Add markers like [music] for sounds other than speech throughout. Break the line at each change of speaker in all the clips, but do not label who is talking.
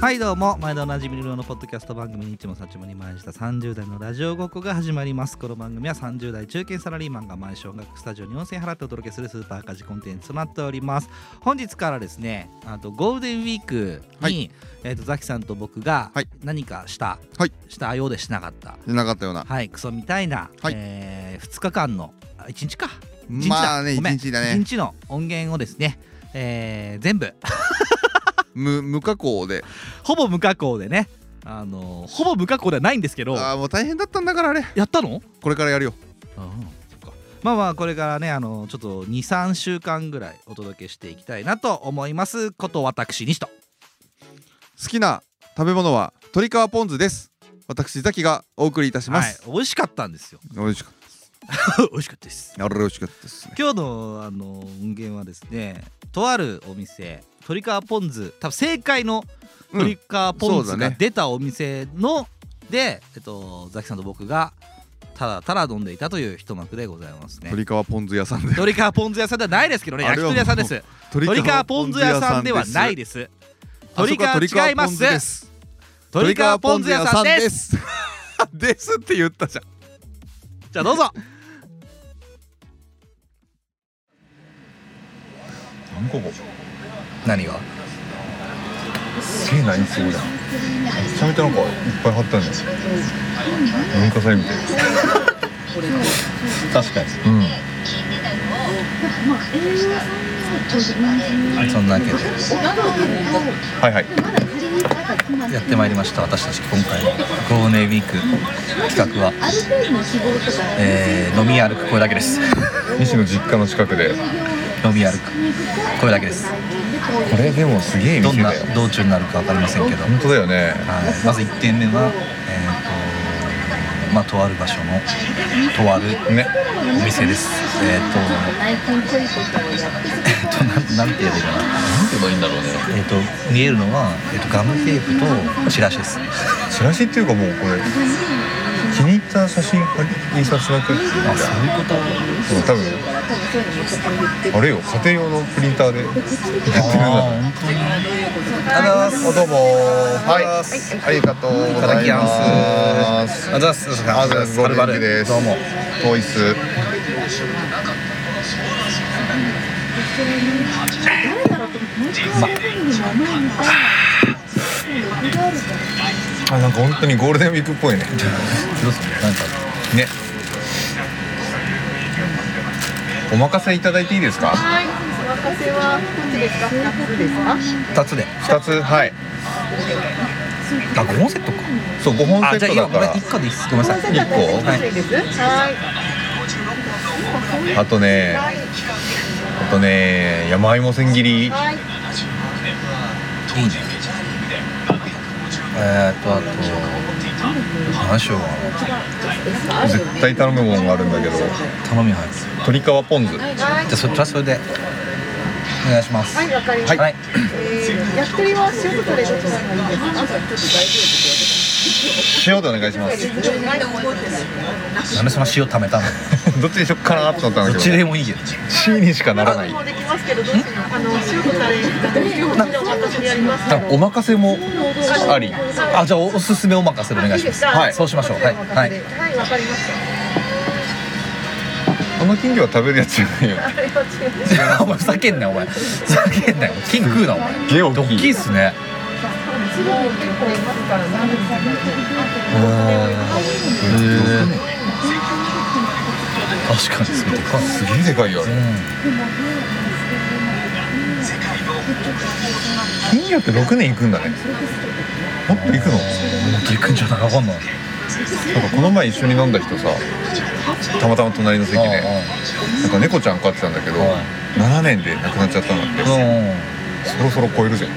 はいどうも毎度おなじみのポッドキャスト番組にいつもさちもに毎した30代のラジオごっこが始まりますこの番組は30代中堅サラリーマンが毎週音楽スタジオに音声払ってお届けするスーパーカジコンテンツとなっております本日からですねあとゴールデンウィークに、
はい
えー、とザキさんと僕が
はい
何かした、
はい
したようでしなかった
なかったような。
はいクソみたいな、
はい
え2日間のあ1日か1日だ
まあね、一
ごめん
日だ
1
ね。
日の音源をですね、えー全部
無無加工で。
ほぼ無加工でね、あのーほぼ無加工ではないんですけど、
ああ、もう大変だったんだからあれ。
やったの
これからやるよ。
まあまあこれからねあのーちょっと23週間ぐらいお届けしていきたいなと思いますこと私西と
好きな食べ物は鶏皮ポン酢です。私ザキがお送りいたしま
はい
す。、
美味しかったんですよ
美味しかっ
[laughs] 美味しかったです
た。あれ美味しかったですね。
今日の、あのー音源はですねとあるお店鶏皮ポン酢多分正解の
うん
鶏皮ポン
そ
酢
うだ
が
ね
出たお店の、で、えっと、ザキさんと僕がただただ飲んでいたという一幕でございますね。
鶏皮ポン酢屋さんで。
鶏皮ポン酢屋さんではないですけどね
あ
焼き
れは
鳥屋さんです鶏皮ポン酢屋さんではない
で
です
す。
鶏皮違います
す。
鶏皮ポン酢屋さんです
す。です [laughs] って言ったじゃん。
じゃあどうぞ
何ここ
何が
すげえ何すごいなめちゃめちゃなんかいっぱい貼ったんじゃん文化祭みたい確かにうん
そんなわけで
はいはい
やってまいりました私たち今回のゴールデンウィーク企画は、えー、飲み歩くこれだけです [laughs]
西の実家の近くで
飲み歩くこれだけです
これでもすげえ
どん
店
な
だよ
道中になるか分かりませんけど、はい
本当だよね、
まず1点目はえっ、とまあとある場所のとある
ね
お店ですえっ、となんなんて言えばいいかな
なんて言えばいいんだろうね
えっ、と見えるのは、えっとガムテープとチラシです
チラシっていうかもうこれ気に入った写真貼り印刷しなくていいんだそう多分あれよ家庭用のプリンターでやってるんだ
本当にありがとうございます
どうもはいありがとうございます
あざっす
あざっす
はるばる
ご元気です
どうも
遠いっすあなんか本当にゴールデンウィークっぽいね [laughs]
どうするなんか
ねお任せいただいていいですか
はい、お任せは一つですか、二つですか。
二つで
二つはい
あ五本セットか
そう5本
あ
セ
じゃあ
ット
今ごめ
だか
ん
ら
一個でいいっすごめんなさい
一個
大丈夫です。はい。
あとねあとね山芋千切り
はい。
いいねえー、っとあと何しようか
絶対頼むもんがあるんだけど
な頼み入るじ
鶏皮ポン酢
はい。
ゃあそっちはそれでお願いします
はい、わかりました。
はい
えー焼き鳥は塩とタレどちらがいいです
塩でお願いします [laughs]
なんでそんな塩溜めたの
どっちにしよっかなと思ったん
ど
だ
っち
けど
でもいいよ
塩にしかならない
か。もうできますけど、どうしよう。あの塩とタレが両方の私でやります
多
の
分
で。
お任せもあり
あじゃあおおすすめお任せでお願いします
はい
そうしましょうはいはい
はい、わかりました。
あの金魚は食べるやつじゃないよ
あれは違
[laughs]
う。
お前ふざけんなよお前ふざけんなよ金食うなお前
ゲオ
ドッキーっすね
もう結構いますからね。
確かにそうでかい
すげえでかいよあれ金魚って6年行くんだねもっと行くの
もっといくんじゃないわかんない
なんかこの前一緒に飲んだ人さたまたま隣の席でなんか猫ちゃん飼ってたんだけど
はい
7年で亡くなっちゃったんだって
うん
そろそろ超えるじゃん
い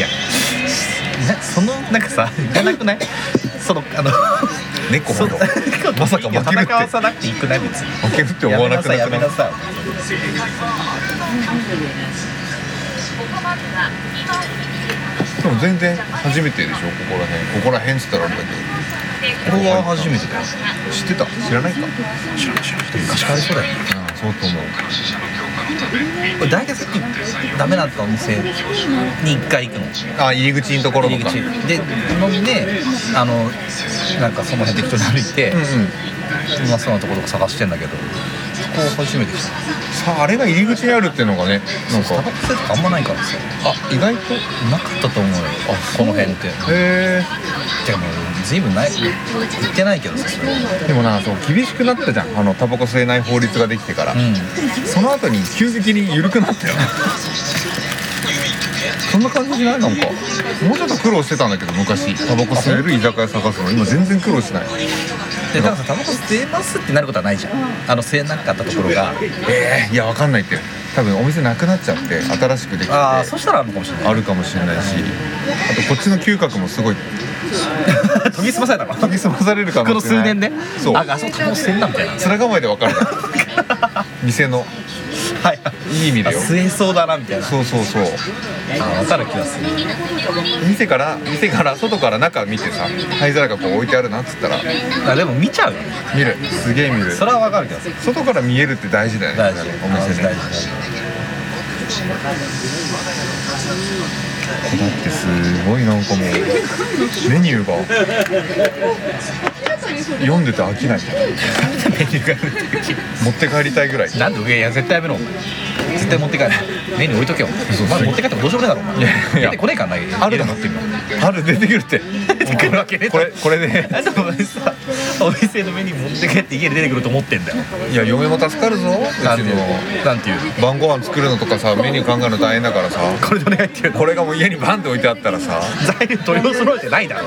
やなそのなんかさいらなくないそのあの
猫ほどまさか負けるって
戦わさなくていくない別に
負けるって思わなくな
や
く
め
な
な
っ
さいやめなさい
でも全然初めてでしょここら辺ここら辺っつったらあれだけど
ここが初めてだよ
知ってた知らないか
知らない知らない
確かにそうだよね
うんそうと思う
これ大体さっきダメだったお店に1回行くの
あ入り口のところ
入
と
り
か
口で飲んであのなんかその辺適当に歩いて、
うんうん
うまそうなところとか探してんだけどそこを初めて来た
さあれが入り口にあるっていうのがねなん
タバコ
か
吸いとかあんまないからさ
あ意外とへ
なかったと思うよあこの辺って
え
でも随分ない行ってないけどさそれう
でもなそう厳しくなったじゃんあのタバコ吸えない法律ができてから、
ん
その後に急激に緩くなったよそんな感じしないなんかもうちょっと苦労してたんだけど昔タバコ吸える居酒屋探すの今全然苦労しない
でだからさタバコ吸えますってなることはないじゃんあの吸えなかったところが
えー、いやわかんないって多分お店なくなっちゃって新しくできて
あ
あ
あそしたらあるのかもしれない
るかもしれないしあとこっちの嗅覚もすごい
研ぎ澄まされたの
研ぎ澄まされるかも
この
しれ
数
ない
年で
そう
ああそこタバコ吸えんなみたいな
面構えでわかるから店の
はい
いい意味
あ
だよ
吸えそうだなみたいな
そうそうそう
あ分かる気がする
店から店から外から中見てさ灰皿がこう置いてあるなっつったら
あでも見ちゃうよね
見るすげえ見る
それは分かる気がする
外から見えるって大事だよね
大事
お店で
大
だ
事大事
ってすごいなんかもうメニューが読んでて飽きない [laughs] 持って帰りたいぐらい
なんでいやいや絶対やめろお前絶対持って帰る目に置いとけよまだ持って帰ってもどうしようもねえだろお前
いや
出てこねえからな
ある
家で
だろ
持ってみろ
ある出てくる
[laughs]
って
出てくるわけねえだ
こ
ろ
れこれで
なんでお前さお店のメニュー持って帰って家で出てくると思ってんだよ
いや嫁も助かるぞ
な
うんち
ていう
の
なんていう
晩ご飯作るのとかさメニュー考えるの大変だからさ
これでお願いっていうの
これがもう家にバンって置いてあったらさ
材料取り揃えてないだろ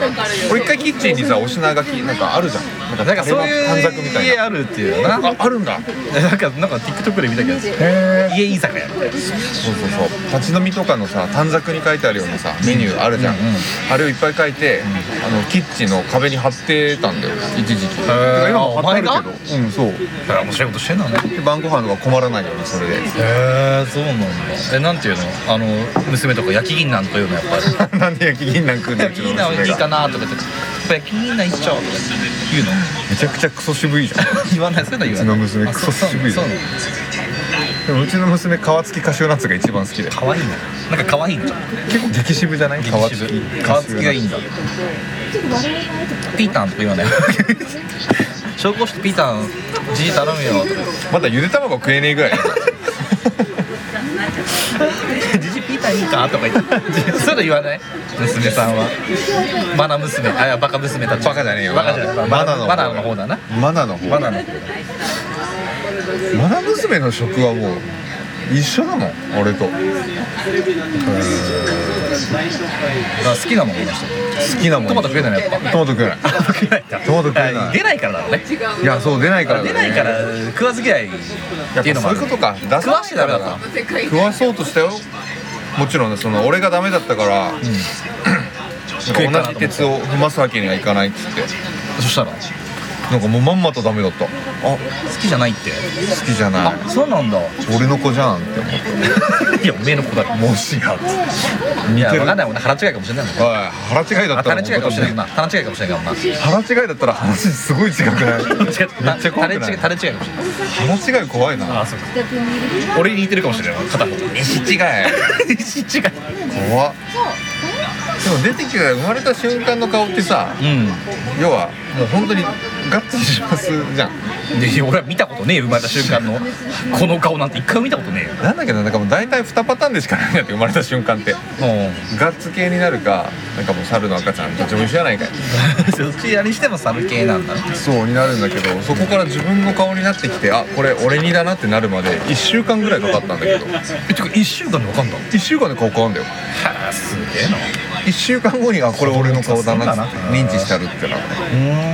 俺一回キッチンにさお品書きなんかあるじゃんなん
なんかそう
短
い
冊みた
う
い
家
な
あるっていうよな
ああるんだ
なんかなんか TikTok で見たけど家居酒屋
そうそうそう立ち飲みとかのさ短冊に書いてあるようなさメニューあるじゃん、あれをいっぱい書いて、あのキッチンの壁に貼ってたんだよ一時期てか今も貼ってあるけどうんそう
あ面白いことしてんだね
で晩ご飯とか困らないようにそれで
へ
[laughs]
えそうなんだえなんていうのあの娘とか焼き銀なんというのやっぱり
なんで焼き銀杏食うん [laughs] だようちの
いいな、い
娘
いか
が
なとかって、やっぱ焼きいいな、いっちゃおうとか言うの。
めちゃくちゃクソ渋いじゃん
言わない、そういうの言わない。
うちの娘
あそうそう
渋いね
そうなの。
[laughs] でもうちの娘皮付きカシューナッツが一番好きで
可愛いな。なんか可愛いんじゃん。
結構激渋じゃない皮
皮
付
付
き
き。皮付きがいいんだ。ピータンとか言 [laughs] わない。紹興酒とピータン、じい頼むよとか。
まだゆで卵食えねえぐらい
じじピータンいいかとか言って。 [laughs] そういうの言わない。娘さんは。マナ娘、あ、いや、バカ娘たち。
バカじゃねえよ
バカじゃない。
マナの方
マナの方だな。
マナの方
マナの方。
マナ娘の食はもう一緒なの俺と
だ
好
から好きなもん、この人。
きなもん
トマト食えないの、やっぱ。
トマト食えない
食えないんだ
トマト食えない
出ないからだろうね
いやそう出ないからだ
出
ね
ないから食わず嫌いってい
や
う
っ
の
ぱ
もあ
そう
る
いうことか出さ
食わしてダメだった
食わそうとしたよもちろんねその俺がダメだったから、なんか同じ鉄を踏ますわけにはいかないっつって
そしたら好
なんかもうまんまとダメだったあ
きじゃないって
好きじゃない
あそうなんだ
俺の子じゃんって思って
いやおめえの子だろ
もしや
いや
てる
分かんないもんね腹違いかもしれないもん
おい腹違いだ
あ
った
腹
ら
違いかもしれないもんな腹違いかもしれないからもんな
腹違いだったら話すごい違くないめっちゃ
た
怖
垂
くな
れ
い
違い垂れ違いかもしれない
腹違い怖いな
あそうか俺に似てるかもしれない [laughs] 片方
違い
違い
怖っでも出てきた生まれた瞬間の顔ってさ
うん
要はもう本当にガッツリしますじゃん
で俺は見たことねえよ生まれた瞬間のこの顔なんて一回も見たことねえよ
なんだけどなんかもう大体2パターンでしかないんだって生まれた瞬間ってガッツ系になるかなんかもう猿の赤ちゃんどっちも一緒やないかい
うんそっちやにしても猿系なんだ
そうになるんだけどそこから自分の顔になってきてあこれ俺にだなってなるまで1週間ぐらいかかったんだけど
えてか1週間で分かんだ
1週間で顔変わるんだよ
はあすげえな
1週間後にあこれ俺の顔だなって認知してあるってな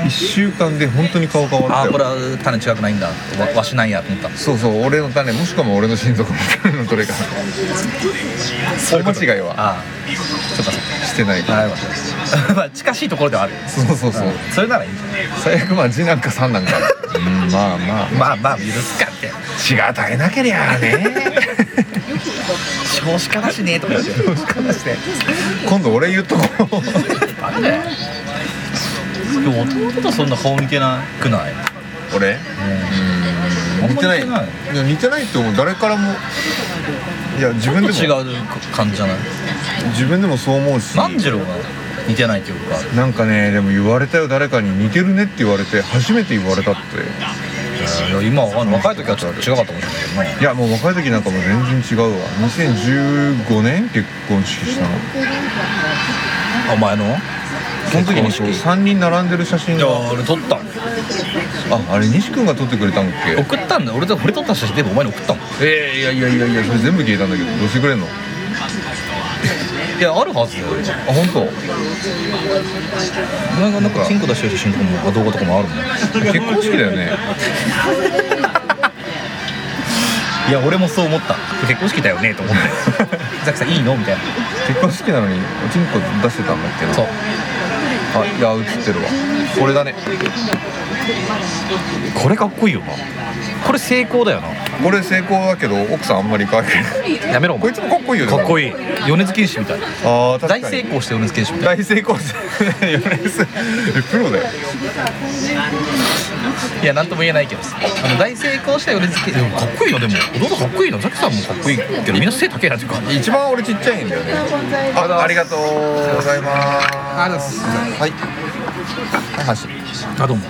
1週間で本当に顔変わった
あ
よ
ーこれは種違くないんだわわしなんやと思った
そうそう俺の種もしくはもう俺の親族みたいなのどれか大間違いは
ああそっかそっ
してない
かあーよかった [laughs] まあ近しいところではある
そうそうそう
それならいいんじゃない
最悪まあ次男か三男かうんまあまあ
まあまあ許すかって [laughs]
血が与えなけりゃあね
少子化だしねとか言って少子化だしね
今度俺言っとこう
バカだよでも弟とそんな顔似てなくない
俺似てないいや似てないって思う誰からもいや自分で
ち
も
ょっと違う感じじゃない
自分でもそう思うし
万次郎が似てない記憶がある
なんかねでも言われたよ誰かに似てるねって言われて初めて言われたって
いや今はわかんない若い時はちょっと違かったかもしれないけどない
やもう若い時なんかもう全然違うわ2015年結婚式したの
お前のその時に
結婚式3人並んでる写真
い
が
や俺撮ったの
ああれ西君が撮ってくれたんだっけ
送ったんだよ俺と俺撮った写真全部お前に送ったの
えー、いやいやいやいやそれ全部消えたんだけどどうしてくれんのあ
いやあるはずだよ
本当。
お前がなんかチンコ出してる写真とかも動画とかもあるもん
結婚式だよね
いや俺もそう思った結婚式だよねと思って [laughs] ザキさんいいのみたいな
結婚式なのにおちんこ出してたんだっけな
そう
あいや映ってるわこれだね
これかっこいいよなこれ成功だよな
これ成功だけど奥さんあんまり可愛くない
やめろお
こ
前
いつもかっこいいよね
かっこいい米津玄師みたい
あー
大
確か
成
に
功して米津玄師みたい
大成功米津え [laughs] プロだよ
いやなんとも言えないけどさあの大成功した米津玄師でもかっこいいよでも弟かっこいいなザキさんもかっこいいけどみんな背高いなっていうか
一番俺ちっちゃいんだよねあありがとうございますありがとうございますはいはい箸
あどうも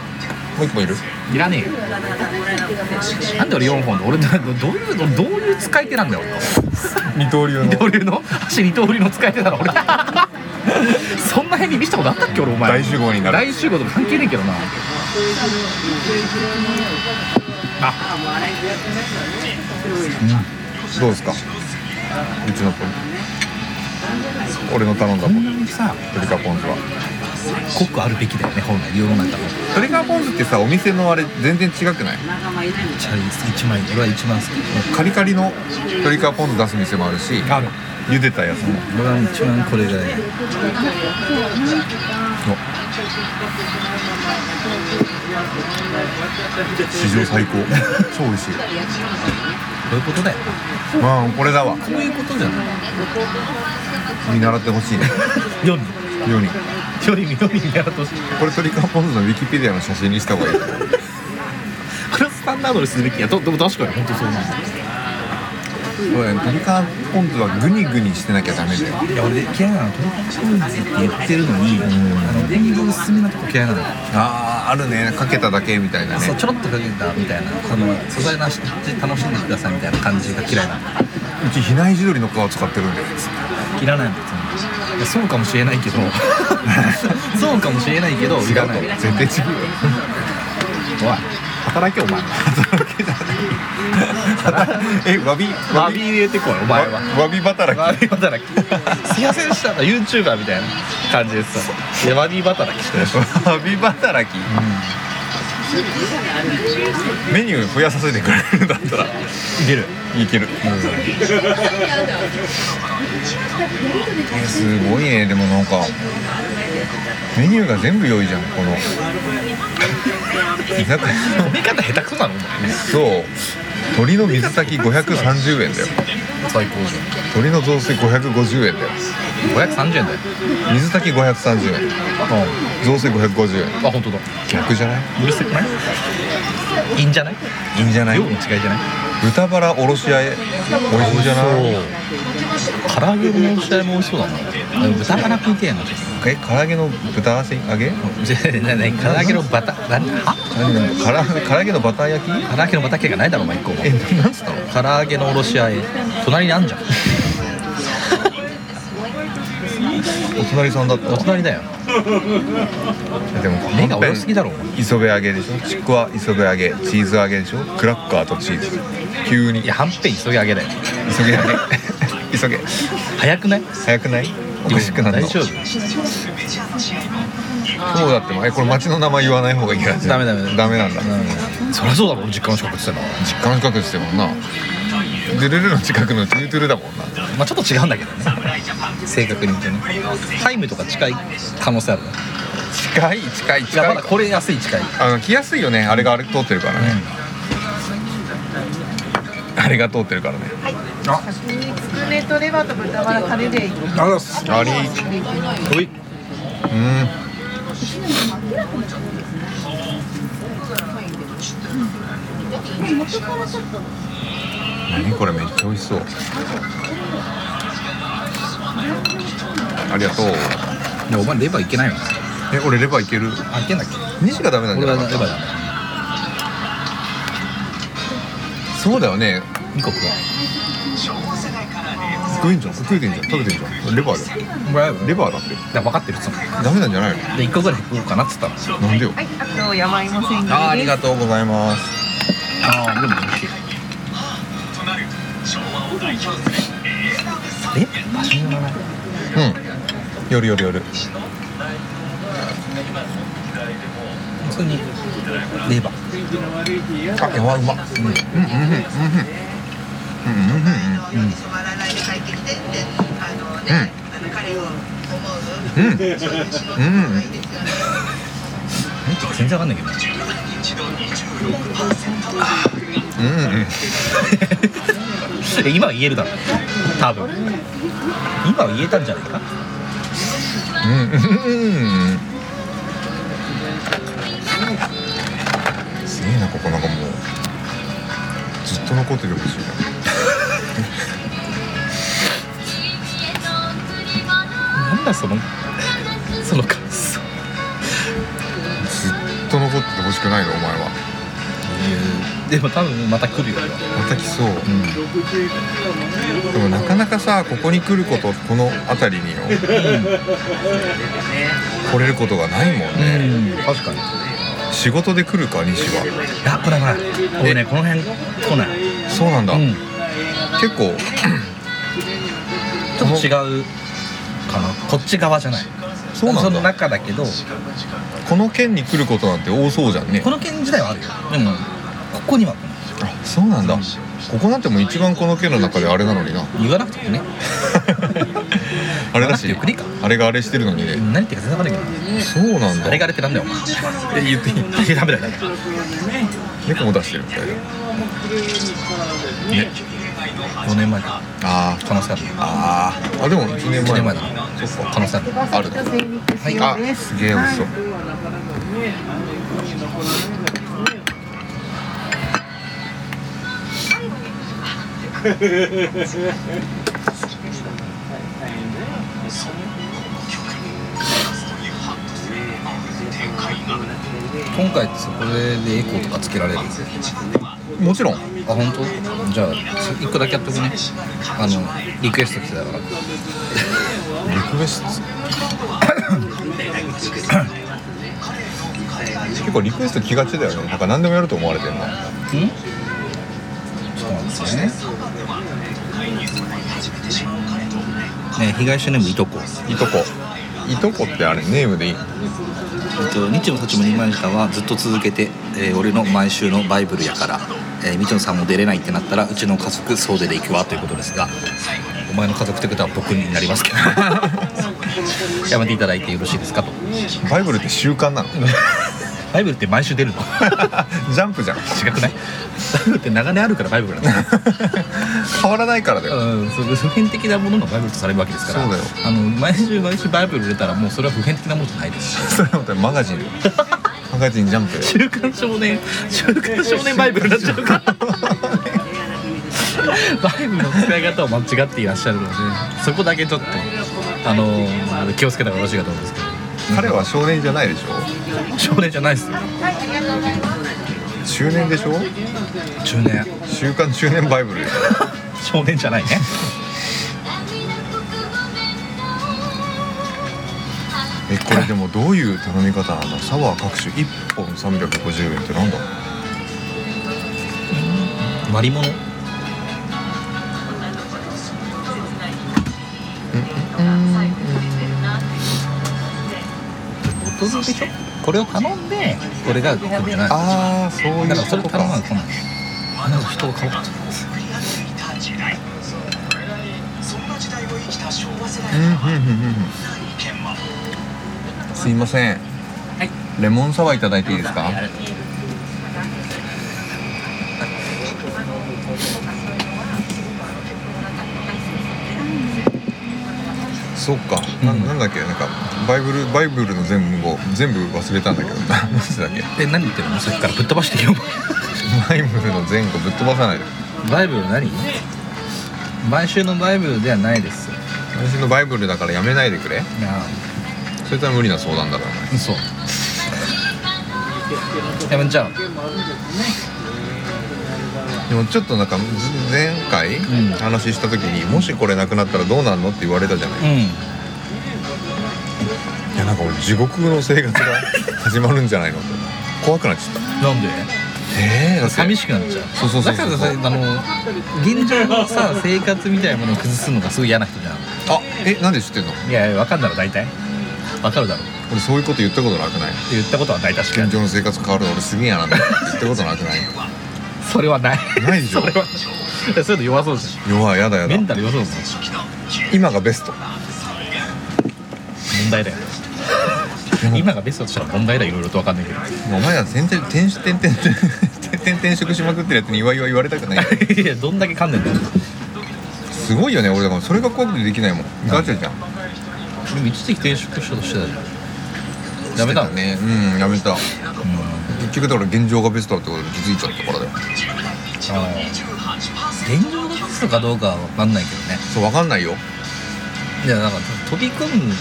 もう一本いる
いらねえよなんで俺4本で俺どういうどういう使い手なんだよ俺
二刀流
二刀流の足二刀流の使い手だろ [laughs] 俺そんな変に見せたことあったっけ俺お前
大集合になる
大集合とか関係ねえけどなあ
どうですかうちのポン酢俺の頼んだ
こ
ポン
んなにさ
酢トリカポン酢は
濃くあるべきだよね本来世の中の
トリカポン酢ってさお店のあれ全然違くない
チャーリーズ一枚俺は一番好き
カリカリのトリカポン酢出す店もあるし
ある
茹でたやつも
俺は一番これがいい
史上 [laughs] 最高超美味しい
こういうことだよ
うんこれだわ
こういうことじゃない
見習ってほしいね
世に
ように
世に世にやらとし
これトリカポン酢のウィキペディアの写真にした方がいい
これスタンダードにすべきやとでも確かに本当そうなんだ
そうだねトリカポン酢はグニグニしてなきゃダメだよ
いや俺嫌いなのトリカポン酢って言ってるのに、あの電流薄めなとこ嫌いなの
あーあるねかけただけみたいな
そう
ね
ちょろっとかけたみたいなその素材の味楽しんでくださいみたいな感じが嫌いなの
うち比内地鶏の皮使ってるんだよ
いらないの別にいやそうかもしれ [laughs] ないけどそうかもしれないけどいらない
違うと絶対違うよ
おい働けお [laughs] 前
えわび
詫び入れてこいお前は
わび働き
ワビ働きすいませんでした YouTuber みたいな感じですいやワビ働きしてる
わび働き、メニュー増やさせてくれるんだったら
いける
いける、えすごいねでもなんかメニューが全部良いじゃんこのなんか
飲み方下手くそなのお前
そう鶏の水炊き530円だよ
最高じ
鶏の雑炊550円だよ
ゃん530円だよ
水炊き530円雑炊550円
あ本当だ
逆じゃないう
るせえないいいんじゃない
いいんじゃない
量の違いじゃない
豚バラおろしあえ美味しいじゃない
唐揚げの試合も美味しそうだなでも豚バラ食いてえな [laughs] ちょっ
え唐揚げの豚揚げ
とじゃあなな唐揚げのバタ何は
何なんか唐揚げ唐揚げのバター焼き
唐揚げのバタ系がないだろお前一個も
えなんつったの
唐揚げのおろしあえ隣にあんじゃん
お隣さんだった
[laughs] お隣だよ
でも
目がおろすぎだろお
磯辺揚げでしょちくわ磯辺揚げチーズ揚げでしょクラッカーとチーズ急に
いやはんぺん急ぎ揚げだよ
急げ揚 [laughs] げ急げ
早くない
早くないおかしくなった
大丈夫
そうだってもえこれ町の名前言わない方がいいから
ダメダメ
ダメなんだ
うんそりゃそうだろ実家の近くって言ってた
実家の近くですよもんなデレルの近くのトゥートゥルだもんな
のまあちょっと違うんだけどね正確に言うとねタイムとか近い可能性あるね
近い近い
いや
近
ま
い
だこれ安い近い
あの来やすいよねあれがあれ通ってるからね、あれが通ってるからね
あ
つくねとレバーと豚バラタレでいき
ありがとうございます
あり
おい
うん何これめっちゃ美味しそうありがとう
いやお前レバーいけないよ
え俺レバーいける
あいけんだっけ
西がダメなんじ
俺
ゃ
は
な
レ
か
バ
っ
ーだ
た
ね
そうだよね
二個食わ
食えんじゃん食えてんじゃん食べてんじゃんレバーだよ
これレ
レ
バ
バーだって
ーだ分かってるっつうの
ダメなんじゃない
で一個ぐらい食おうかなっつったの
のなんでよ
はい、あと山芋千切りです。
あありがとうございます
ああでも美味しいえ場所にならない
うん夜夜夜
普通にレバー
あやばいうまうんうんうんうんうんうんうんうんうんうんうん
全然わかんないけど
うんうん
え今は言えるだろ多分今は言えたんじゃないか
うんうんすげえなここなんかもうずっと残っててほしいな
なんだそのその感想
ずっと残っててほしくないのお前は
でも多分また来るよ
また来そう
うん
でもなかなかさここに来ることこの辺りによ来れることがないもんね、
確かにい
仕事で来るか西は
や来ない来ない俺ねこの辺来ない
そうなんだ、
うん
結構
ちょっと違うかなこっち側じゃない
そうな
そ
ん
の
だ
中だけど
この県に来ることなんて多そうじゃんね
この県自体はあるよでもここには来ない
あそうなんだここなんてもう一番この県の中であれなのにな
言わなくてもね
あれだし
言わなくてよくねえか
あれがあれしてるのにね
何言ってるか全然わかんないけ
そうなん
ど
だ
あれがあれってなんだよお前言っていいダメだよ
猫も出してるみたいな
4年前か
あー
可能性ある
あーあでも1年
1
前
年前だな
そっか
可能性ある
ある
はい
あすげえ美味しそう
今回そこでエコーとかつけられる
もちろん
あ本当じゃあ一個だけやっとくねあのリクエスト来てたから
リクエスト [coughs] 結構リクエスト来がちだよねなんか何でもやると思われてるな
うんちょっと待ってねね被害者ネームいとこ
いとこいとこってあれネームでいいの
えっと、日もさちも二枚舌はずっと続けて、えー俺の毎週のバイブルやから、えー、みちのさんも出れないってなったらうちの家族総出で行くわということですがお前の家族ってことは僕になりますけど
[laughs]
やめていただいてよろしいですかと
バイブルって習慣なの
バイブルって毎週出るの [laughs]
ジャンプじゃん
違くないバイブルって長年あるからバイブルなん
[laughs]
だ
変わらないからだよ
うんそう普遍的なものがバイブルとされるわけですから
そうだよ
あの毎週毎週バイブル出たらもうそれは普遍的なものじゃないですし
それはまたマガジンマガジンジャンプよ
週刊少年週刊少年バイブルになっちゃうからバイブルの使い方を間違っていらっしゃるのでそこだけちょっとあのー気をつけた方がよろしいかと思うんですけ
彼は少年じゃないでしょ
ど少年じゃないですよ
中年でしょ
中年
週刊中年バイブルでしょ
少年じゃないね
えこれでもどういう頼み方なんだサワー各種1本350円ってなんだ
割り物ボトルでしょこれを頼んでこれが来るんじゃない
ああそうい
だから
う
それ
こと
頼まな
か
いとなんか人が変わった
うんうんうんうんすいません、レモンサワーいただいていいですかそっか、な
うん
なんだっけなんかバイブルバイブルの全部を全部忘れたんだけど [laughs] 何でしたっけ
え何言ってるのさっきからぶっ飛ばしてるよ
バイブルの前後ぶっ飛ばさないで
バイブル何毎週のバイブルではないです
私のバイブルだからやめないでく
い
れ
や
それとは無理な相談だからね
嘘やめちゃう
でもちょっとなんか前回
ん
話した時に、もしこれなくなったらどうなんのって言われたじゃない、
うん
いやなんか俺地獄の生活が始まるんじゃないのって [laughs] 怖くなっちゃった
なんで
ええだって
寂しくなっちゃう
そうそうそうそう
だからさあの現状のさ生活みたいなものを崩すのがすごい嫌な人じゃん
あえなんで知ってんの
いやいや分かんだろ大体分かるだろ
俺そういうこと言ったことなくない
言ったことはない確か
現
に
状の生活変わるの俺すげえやなんだ言ったことなく [laughs] ない
[laughs] それはない
ないでし
[laughs]
ょ
それはそういうの弱そうだし
弱いやだやだ
メンタル弱そうだし
今がベスト
問題だよ [laughs] 今がベストとしたら問題だよいろいろと分かんないけど
もうお前ら全然転職転転転転転職しまくってるやつにいわいわ言われたく [laughs] ない
いやどんだけ噛んでんだよ
すごいよね俺だからそれが怖くてできないもんガチャじゃん
でも一時期転職しようとしてたじゃんやめたの
ねうんやめた結局だから現状がベストだってことに気づいちゃったからだよ
現状がベストかどうかは分かんないけどね
そうわかんないよ
いやなんか飛び込む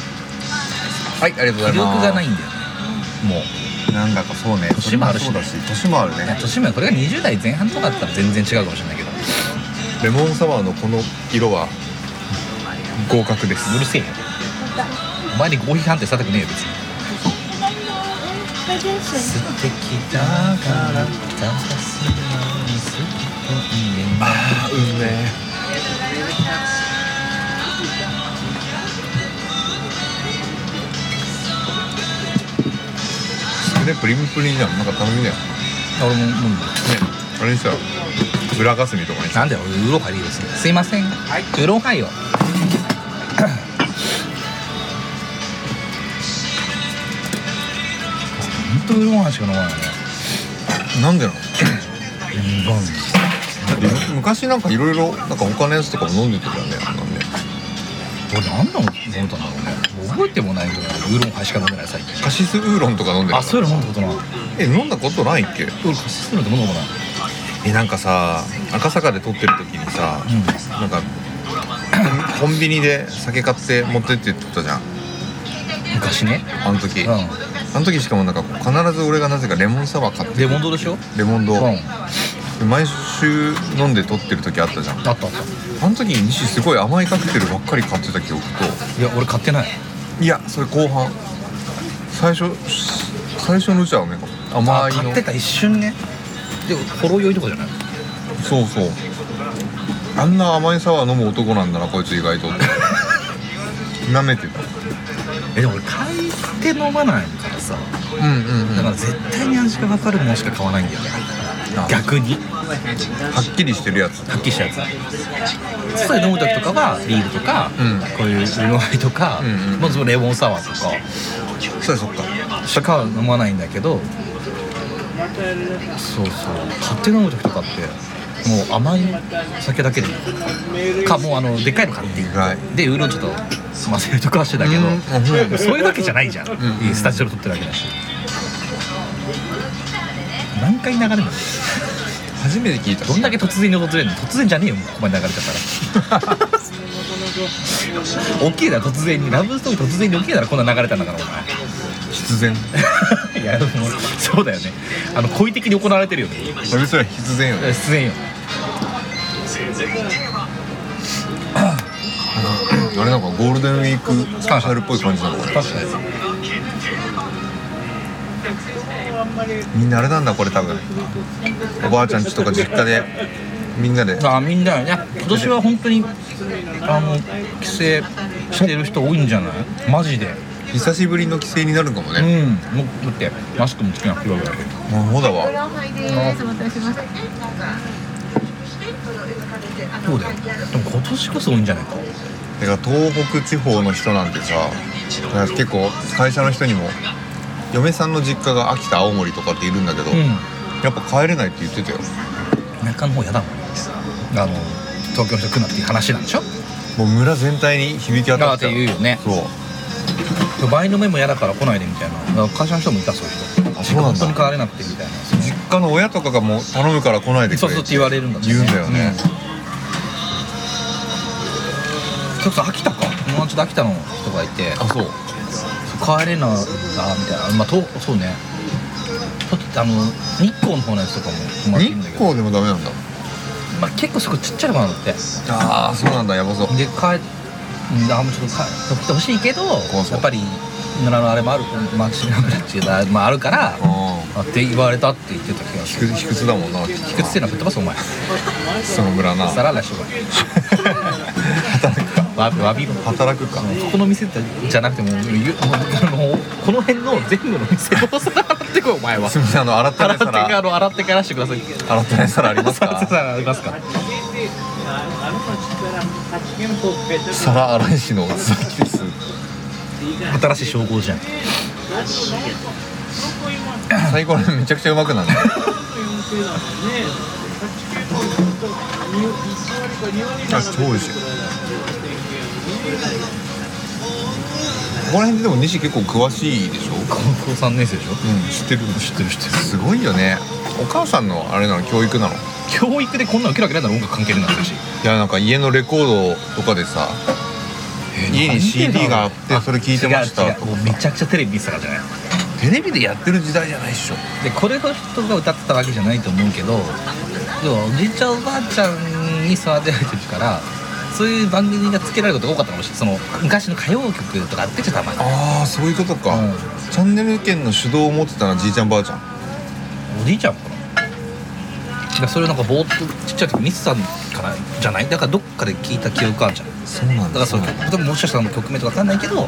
はいありがとうござい
気
ます
力がないんだよねもう
なんだかそうね
年もあるし
それそうだ年もある
いや
ね
年もこれが20代前半とかだったら全然違うかもしれないけど
レモンサワーのこの色は合格です
うるせえよお前に合否判定したくねえよ別に素敵だからダす
あうんねねプリンプリンじゃんなんか頼みだよね
俺も飲んだ
あれにしたら裏霞とかにした
なんで俺ウーロンハイでいいですねすいません、ウーロンハイを本当ウーロンハイしか飲まないね
なんでなのだって昔なんかいろいろなんか他のやつとかも飲んでたじゃんねなんで
俺何度も飲んだんだろうね覚えてもないぐらいウーロンハイしか飲んでない最近
カシスウーロンとか飲んでる
あそういうの飲んだことない
え飲んだことないっけ
俺カシスなんて飲んだことない
えなんかさ赤坂で撮ってる時にさ、
ん
なんかコンビニで酒買って持ってって言ってたじゃん
昔ね
あの時、あ
う
の時しかもなんかこう必ず俺がなぜかレモンサワー買っ
ん
て
レモンドでしょ
レモンド
うんあっ
毎週飲んで撮ってる時あったじゃん
たあった
あの時に西すごい甘いカクテルばっかり買ってた記憶と
いや俺買ってない
いやそれ後半最初最初のうちはね甘
あ
い
買
の
ってた一瞬ねでもほろ酔いとかじゃない
そうそうあんな甘いサワー飲む男なんだなこいつ意外 [laughs] とって舐めてた
えでも俺買って飲まないからさ
うんうん、うん、
だから
は
絶対に味が分かるものしか買わないんだよね逆に
っきりしてるやつ
発揮したやつ外で飲む時とかはビールとか、
うん
こういうウーロンハイとか、
うんうん
まあそのレモンサワーとか
そうやそっか
しか飲まないんだけどそうそう買って飲む時とかってもう甘い酒だけでいいかもうあのでっかいの買っていく
はい
でウーロンちょっと混ぜるとかはしてたけど、
うんあそうなんだ
そういうわけじゃないじゃん、
うん
スタジオで撮ってるわけだし何回流れるの
初めて聞いた
どんだけ突然に訪れるの突然じゃねえよもうここまで流れちゃった
[laughs]
ら大きいだろ突然にラブストーリー突然に大きいだろこんな流れたんだからお
必然
前 [laughs] いやでもそうだよねあの故意的に行われてるよね
俺それ必然よね
必然よ
あれなんかゴールデンウィークスペシャルっぽい感じなのこれ
確かに
みんなあれなんだこれ多分おばあちゃんちとか実家でみんなで
ああみんなね今年は本当にあの帰省してる人多いんじゃないマジで
久しぶりの帰省になるかも
うん
ね、
もうだってマスクもつけなくていいわけだけど
もうほだわ
そうだよでも今年こそ多いんじゃないか
だから東北地方の人なんてさだから結構会社の人にも嫁さんの実家が秋田青森とかっているんだけど、
う
やっぱ帰れないって言ってたよ
ん田舎の方やだもんあの東京の人来んなっていう話なんでしょ
もう村全体に響き渡
あ
っ
ってて
た
言うよね
そう
倍の目も嫌だから来ないでみたいなだから会社の人もいたそういう人
あそうなん
本
だ
当に変われなくてみたいな
実家の親とかがもう頼むから来ないでく
そう
れ
そうって言われるんだって
言うんだよね
うんちょっと秋田か友達で秋田の人がいて
あそう
帰れないんだみたいなまあとそうねとあの日光の方のやつとかも泊まって
日
るんだけど、
光でもダメなんだ
まあ、結構すごいちっちゃいのなんだって
ああそうなんだやばそう
で帰うんあもうちょっと帰ってほしいけど
そうそう
やっぱり村のあれもあるまあ知らなくなっちゃうまああるから
あ
あって言われたって言ってた気がす
卑
る
屈卑屈だもんな
卑屈せえな吹っ飛ばすお前
その村な
さらなしょうがわわびろ
働くか
ここの店ってじゃなくてももうゆあのこの辺の全部の店をさらってこいお前は
すみませんあの洗った
洗
ね
って
皿
あの洗ってからしてください
洗ったね皿あ
[laughs]
ります
さ
か
あありますか
皿洗い師の佐々木です
新しい称号じゃん
最高めちゃくちゃうまくなるねあ超美味しいここら辺ででも西結構詳しいでしょ
高校3年生でしょ
うん知ってる知ってる知ってるすごいよねお母さんのあれなの教育なのい
教育でこんなの受けるわけないだろ音楽関係ないんだろうし
やなんか家のレコードとかでさ家に CD があってそれ聞いてました
違う違うもうめちゃくちゃテレビ見てたからじゃない
テレビでやってる時代じゃないっしょ
でこれの人が歌ってたわけじゃないと思うけどでもおじいちゃんおばあちゃんに育てられてるからそういう番組がつけられることが多かったかもしれないその昔の歌謡曲とかあってちゃたまに
ああそういうことか、
うん
チャンネル権の主導を持ってたのはじいちゃんばあちゃん
おじいちゃんかなだからそれをなんかぼーっとちっちゃい時見てたんかなじゃないだからどっかで聞いた記憶あるじゃんだ
そうなん
からその曲多分もしかしたらあの曲名とかわかんないけど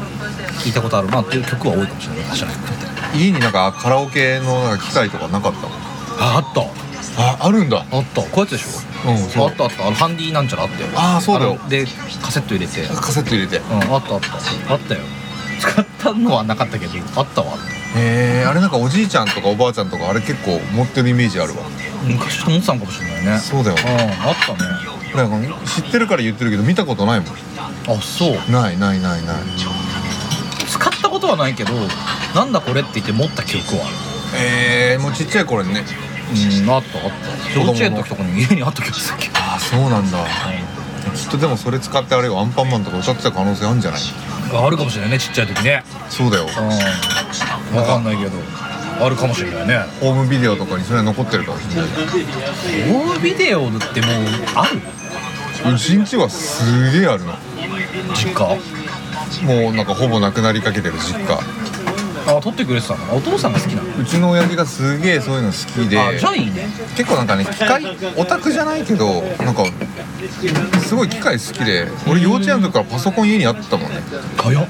聞いたことあるなっていう曲は多いかもしれない昔の曲って
家になんかカラオケのなんか機械とかなかった
ああった
ああるんだ
あったこうやつでしょ
うん
あったあったあのハンディなんちゃらあったよ
ああそうだよ
あのでカセット入れて
カセット入れてへ
うん、あったあったあったよ使ったのはなかったけどあったわ
えあれなんかおじいちゃんとかおばあちゃんとかあれ結構持ってるイメージあるわ
昔と思ってたのかもしれないね
そうだよ
うんあったね
なんか知ってるから言ってるけど見たことないもん
あそう
ないないないない
使ったことはないけどなんだこれって言って持った記憶はある
ええもうちっちゃい頃にね
うんあったあった幼稚園の時とかに家にあった気がするけど
ああそうなんだきっとでもそれ使ってあれよアンパンマンとか歌ってた可能性あるんじゃない
あるかもしれないねちっちゃい時ね
そうだよ
うんわかんないけどあるかもしれないね
ホームビデオとかにそれは残ってるかもしれない
ホームビデオってもうある
うちんちはすげえあるの
実家
もうなんかほぼなくなりかけてる実家
あ撮ってくれてたのかなお父さんが好きなの
うちの親父がすげえそういうの好きで
あじゃあいいね
結構なんかね機械オタクじゃないけどなんかすごい機械好きで俺幼稚園の時からパソコン家にあったもんね
早っ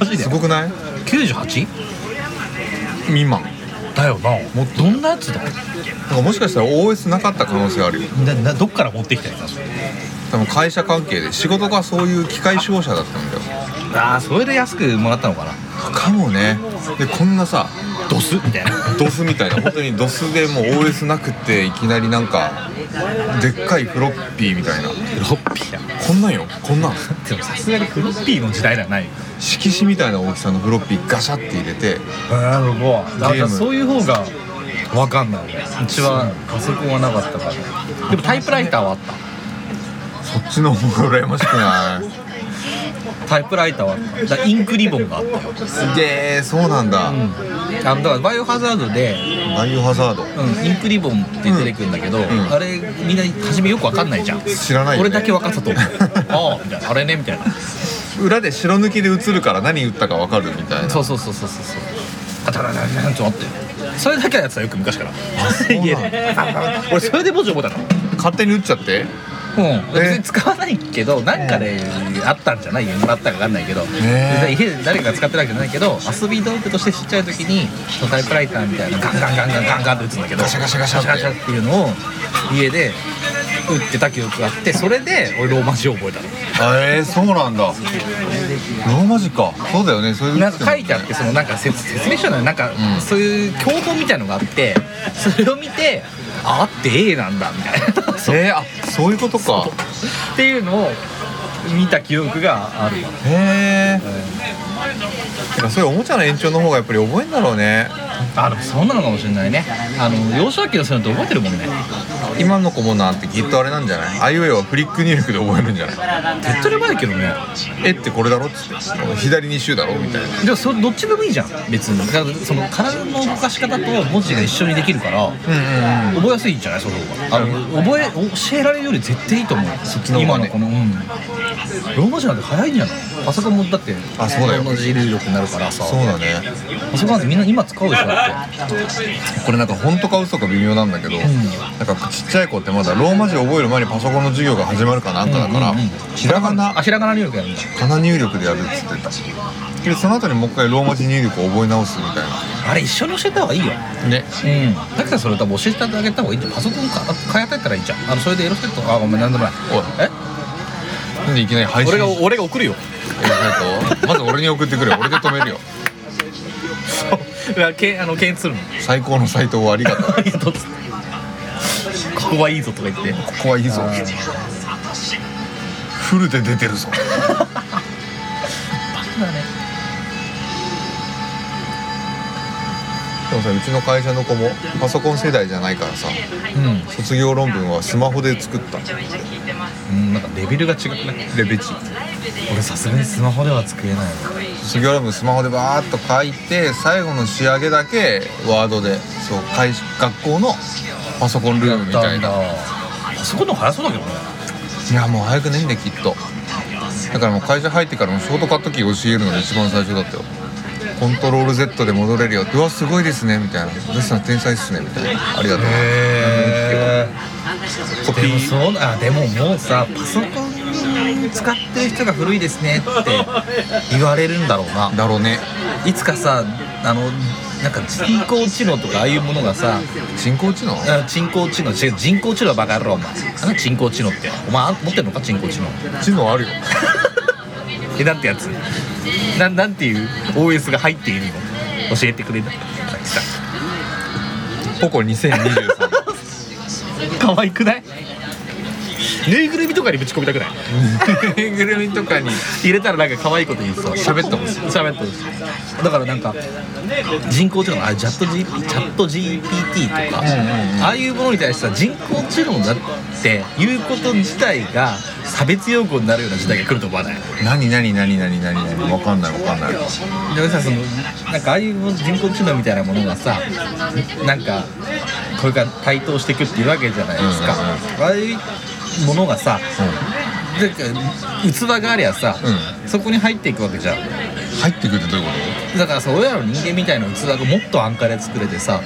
マジです
ごくない
98?
未満
だよなもうどんなやつだ
なんかもしかしたら OS なかった可能性あるよ
ななどっから持ってきたやつ
多分会社関係で仕事がそういう機械商社だったんだよ
ああそれで安くもらったのかな
かもねでこんなさ
ドスみた [laughs] いな
ドスみたいな本当にドスでもう OS なくっていきなりなんかでっかいフロッピーみたい
フ
な
ロッピーだ
こんなんよこんなん
でもさすがにフロッピーの時代ではない
色紙みたいな大きさのフロッピーガシャって入れて
なるほ
ど
どそういう方がわかんないうちはパソコンはなかったからでもタイプライターはあった
そっちの方が羨ましくない
タイプライターはあっただからインクリボンがあったよ、
すげえそうなんだ、
うん、あのだからバイオハザードで
バイオハザード
うん、インクリボンって出てくるんだけど、
ん
あれみんな初めよくわかんないじゃん
知らないよね
俺だけ分かったと思うああみたいなあれねみたいな
[laughs] 裏で白抜きで映るから何打ったか分かるみたいな
そうそうそうそうそうそうあたららららちょっと待ってそれだけはやつはよく昔から
うなんだ
俺それで文字覚えたの
勝手に打っちゃって
うん、
え
別に使わないけどなんかで、あったんじゃないよもらったか分かんないけど、
ねえ
家で誰かが使ってるわけじゃないけど遊び道具としてちっちゃい時にそのタイプライターみたいなガンガンガンガンガンガンって打つんだけど
ガシャガシャガシャって
ガシャガシャっていうのを家で打ってた記憶があってそれで俺ローマ字を覚えたの
えー、そうなんだローマ字かそうだよねそういう
なんか書いてあってそのなんか説説明書のなんか、そういう教本みたいのがあってそれを見て [laughs] ああって A なんだみたいなそう
えー、あそういうことか
っていうのを
見た記憶があるわ
へえそういうおもちゃの延長の方がやっぱり覚えんだろうね
あでもそうなのかもしれないねあの幼少期のそういうのって覚えてるもんね
今の子もなんてきっとあれなんじゃないあいうえはフリック入力で覚えるんじゃない
手っ取り早いけどね
えってこれだろっつって左に週だろみたいな
じゃあそれどっちでもいいじゃん別にだからその体の動かし方と文字が一緒にできるから、覚えやすいんじゃないその方があの覚え教えられるより絶対いいと思うそっちの
方が
今
ね
のこのうんローマ字なんて早いんじゃないパソコンもだって
あそうだよ
同じ入力になるからさ
そうだね
パソコンなんてみんな今使うでしょだって
これなんか本当か嘘か微妙なんだけど、なんかちっちゃい子ってまだローマ字を覚える前にパソコンの授業が始まるかなんかだから、
うんうんうん
ひらが
あ
な
ひらがな入力やるんだ
かな入力でやるっつってたでその後にもう一回ローマ字入力を覚え直すみたいな
あれ一緒に教えた方がいいよ
ね
うん、だけどそれ多分教えてあげた方がいいってパソコンか買い与えたらいいじゃんあのそれでエロセットあごめんなんでもない
おい
え
なんでいきなり配信
俺が俺が送るよ
えっとまず俺に送ってくれ俺で止めるよ
いやけあの検閲するの
最高のサイトをありがとう
ありがとうっつってここはいいぞとか言って
ここはいいぞフルで出てるぞでもさうちの会社の子もパソコン世代じゃないからさ
うん、
卒業論文はスマホで作った
うん、なんかレベルが違くない
レベチ
俺さすがにスマホでは作れない
卒業論文スマホでバーっと書いて最後の仕上げだけワードでそう会学校のパソコンルームみたいな
パソコンの方が早そうだけどね
いやもう早くないんだよきっとだからもう会社入ってからもショートカットキー教えるのが一番最初だったよコントロール Z で戻れるようわすごいですねみたいな「どうした天才っすね」みたいな「ありがとう」
へ
コピ
でも
ー
そうあでももうさパソコン使ってる人が古いですねって言われるんだろうな
だろうね
いつかさあのなんか人工知能とかああいうものがさ
人工知能
あ人工知能違う人工知能はバカ野郎お前あの人工知能ってお前あ持ってんのか人工知能
知能あるよ
[laughs] えなんてやつななんていう OS が入っているの教えてくれる
ポコ2023 [laughs]
可愛くないぬいぐるみとかにぶち込みたくない
ぬいぐるみとかに
[laughs] 入れたらなんか可愛いこと言いそう
喋ってほしい
喋ってほしいだからなんか人工知能あチャット G チャット GPT とか、ああいうものに対してさ人工知能だっていうこと自体が差別用語になるような時代が来ると思わない
何何何何何何わかんないわかんない
でさそのなんかああいう人工知能みたいなものがさなんかこれから台頭していくっていうわけじゃないですか、ああいうものがさ、で器がありゃさ、そこに入っていくわけじゃん
入ってくるってどういうこ
だからさ俺らの人間みたいな器がもっと安価で作れてさ、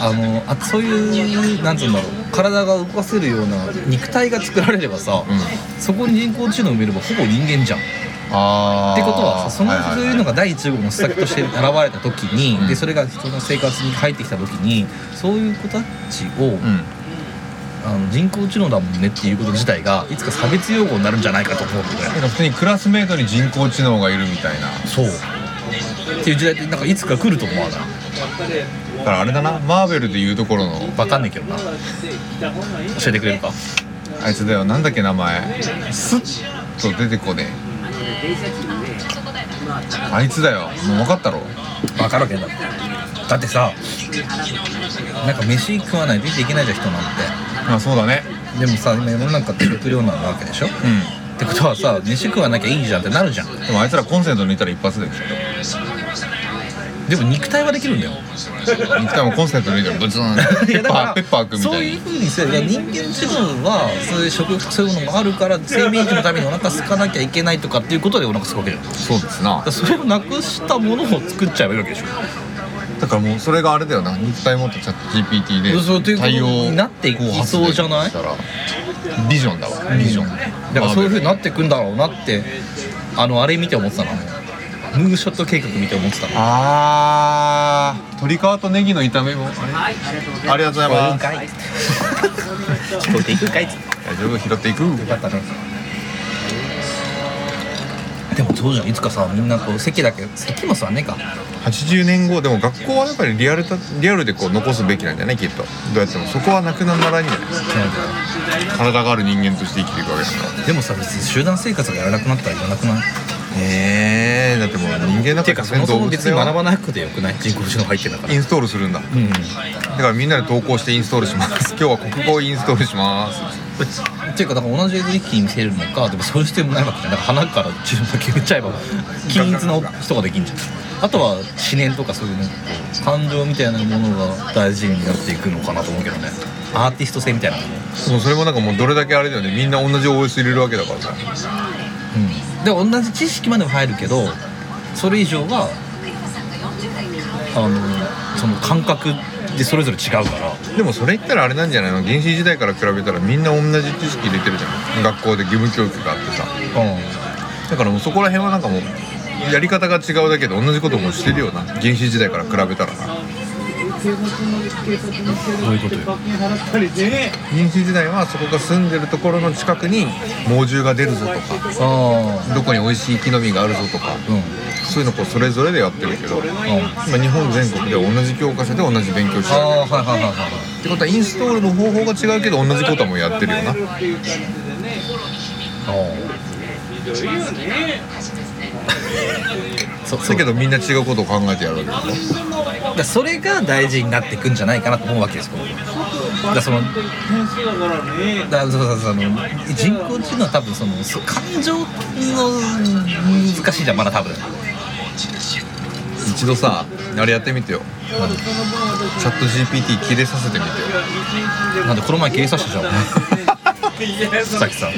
あのあそういうなんつうんだろう体が動かせるような肉体が作られればさ、そこに人工知能を埋めればほぼ人間じゃん
とああ
ってことはさその
はいはい
そう
はい
いうのが第一号の施策として現れた時に、でそれが人の生活に入ってきた時にそういう子たち
う
を、
ん
あの人工知能だもんねっていうこと自体がいつか差別用語になるんじゃないかと思うけどね
なんか普通にクラスメートに人工知能がいるみたいな
そうっていう時代ってなんかいつか来ると思わない
だからあれだなマーベルでいうところの
わかんないけどな教えてくれるか
あいつだよなんだっけ名前スッと出てこねえあいつだよもう分かったろ
わかるわけだだってさなんか飯食わないと生きていけないじゃん人なん
あそうだね
てでもさ今世の中って食料なわけでしょ、
う
ってことはさ飯食わなきゃいいじゃんってなるじゃん
んでもあいつらコンセント抜いたら一発できる
でも肉体はできるんだよ
一回もコンセント抜いたらブツーン
[laughs] い
ペ
や
ッ
だ
パ
から
ーペッパーくんみ
そう
たい
いう
に
ふうにして人間知能はそういう食そういうのもあるから生命維持のためにお腹空かなきゃいけないとかっていうことでお腹空くわけだよだか
そうですな
らそれをなくしたものを作っちゃえばいいわけでしょ
だからもうそれがあれだよな肉体持ったチャット GPT
そうという
で
こと
対応
になっていきそうじゃな
こう発電し
い
たらビジョンだわビジョン
だからそういうふうになっていくんだろうなってあのあれ見て思ってたのムーショット計画見て思ってたの
あー鶏皮とネギの炒めもあれありがとうございます
かい拾
[laughs]
っていくんかいっつって
大丈夫拾っていく
よかったねでもそうじゃんいつかさみんなこう席だけ席も座んねえか
80年後でも学校はやっぱりリアルたリアルでこう残すべきなんじゃないきっとどうやってもそこはなくならないんじゃない体がある人間として生きていくわけだから
でもさ別に集団生活がやらなくなったらいらなくない
ええだってもう人間だ
て
か
いう
ら
かそもそも別に学
ば
ばなくてよくない人工知能入ってんだから
インストールするんだ
うん
だからみんなで投稿してインストールします
[laughs]
今日は国語をインストールします
っていうかだから同じ一気に見せるのかでもそういう必要もないわけじゃんだから花から自分だけ打っちゃえば均一な人ができんじゃんあとは思念とかそういうね感情みたいなものが大事になっていくのかなと思うけどねアーティスト性みたいなもの
もうそれもなんかもうどれだけあれだよねみんな同じ OS 入れるわけだからさ
うん、で同じ知識までも入るけどそれ以上はあのその感覚でそれぞれ違うから
でもそれ言ったらあれなんじゃないの原始時代から比べたらみんな同じ知識入れてるじゃん学校で義務教育があってさだからもうそこら辺はなんかもうやり方が違うだけで同じこともしてるよな原始時代から比べたらな
どういうことよ
原始時代はそこが住んでるところの近くに猛獣が出るぞとか
あ
どこに美味しい木の実があるぞとか
あうん
そういうのこうそれぞれでやってるけど
あ
今日本全国で同じ教科書で同じ勉強して
あ
る
はいはいはいはい
ってことはインストールの方法が違うけど同じことはもうやってるよな
ああそ
だけどみんな違うことを考えてやるわけだよ
だからそれが大事になっていくんじゃないかなと思うわけです僕はだからそのだからそうそうそうあの人工知能は多分そのそ感情の難しいじゃんまだ多分
一度さあれやってみてよチャット GPT 切れさせてみてよ
なんでこの前切りさ [laughs] したじゃんさっきさ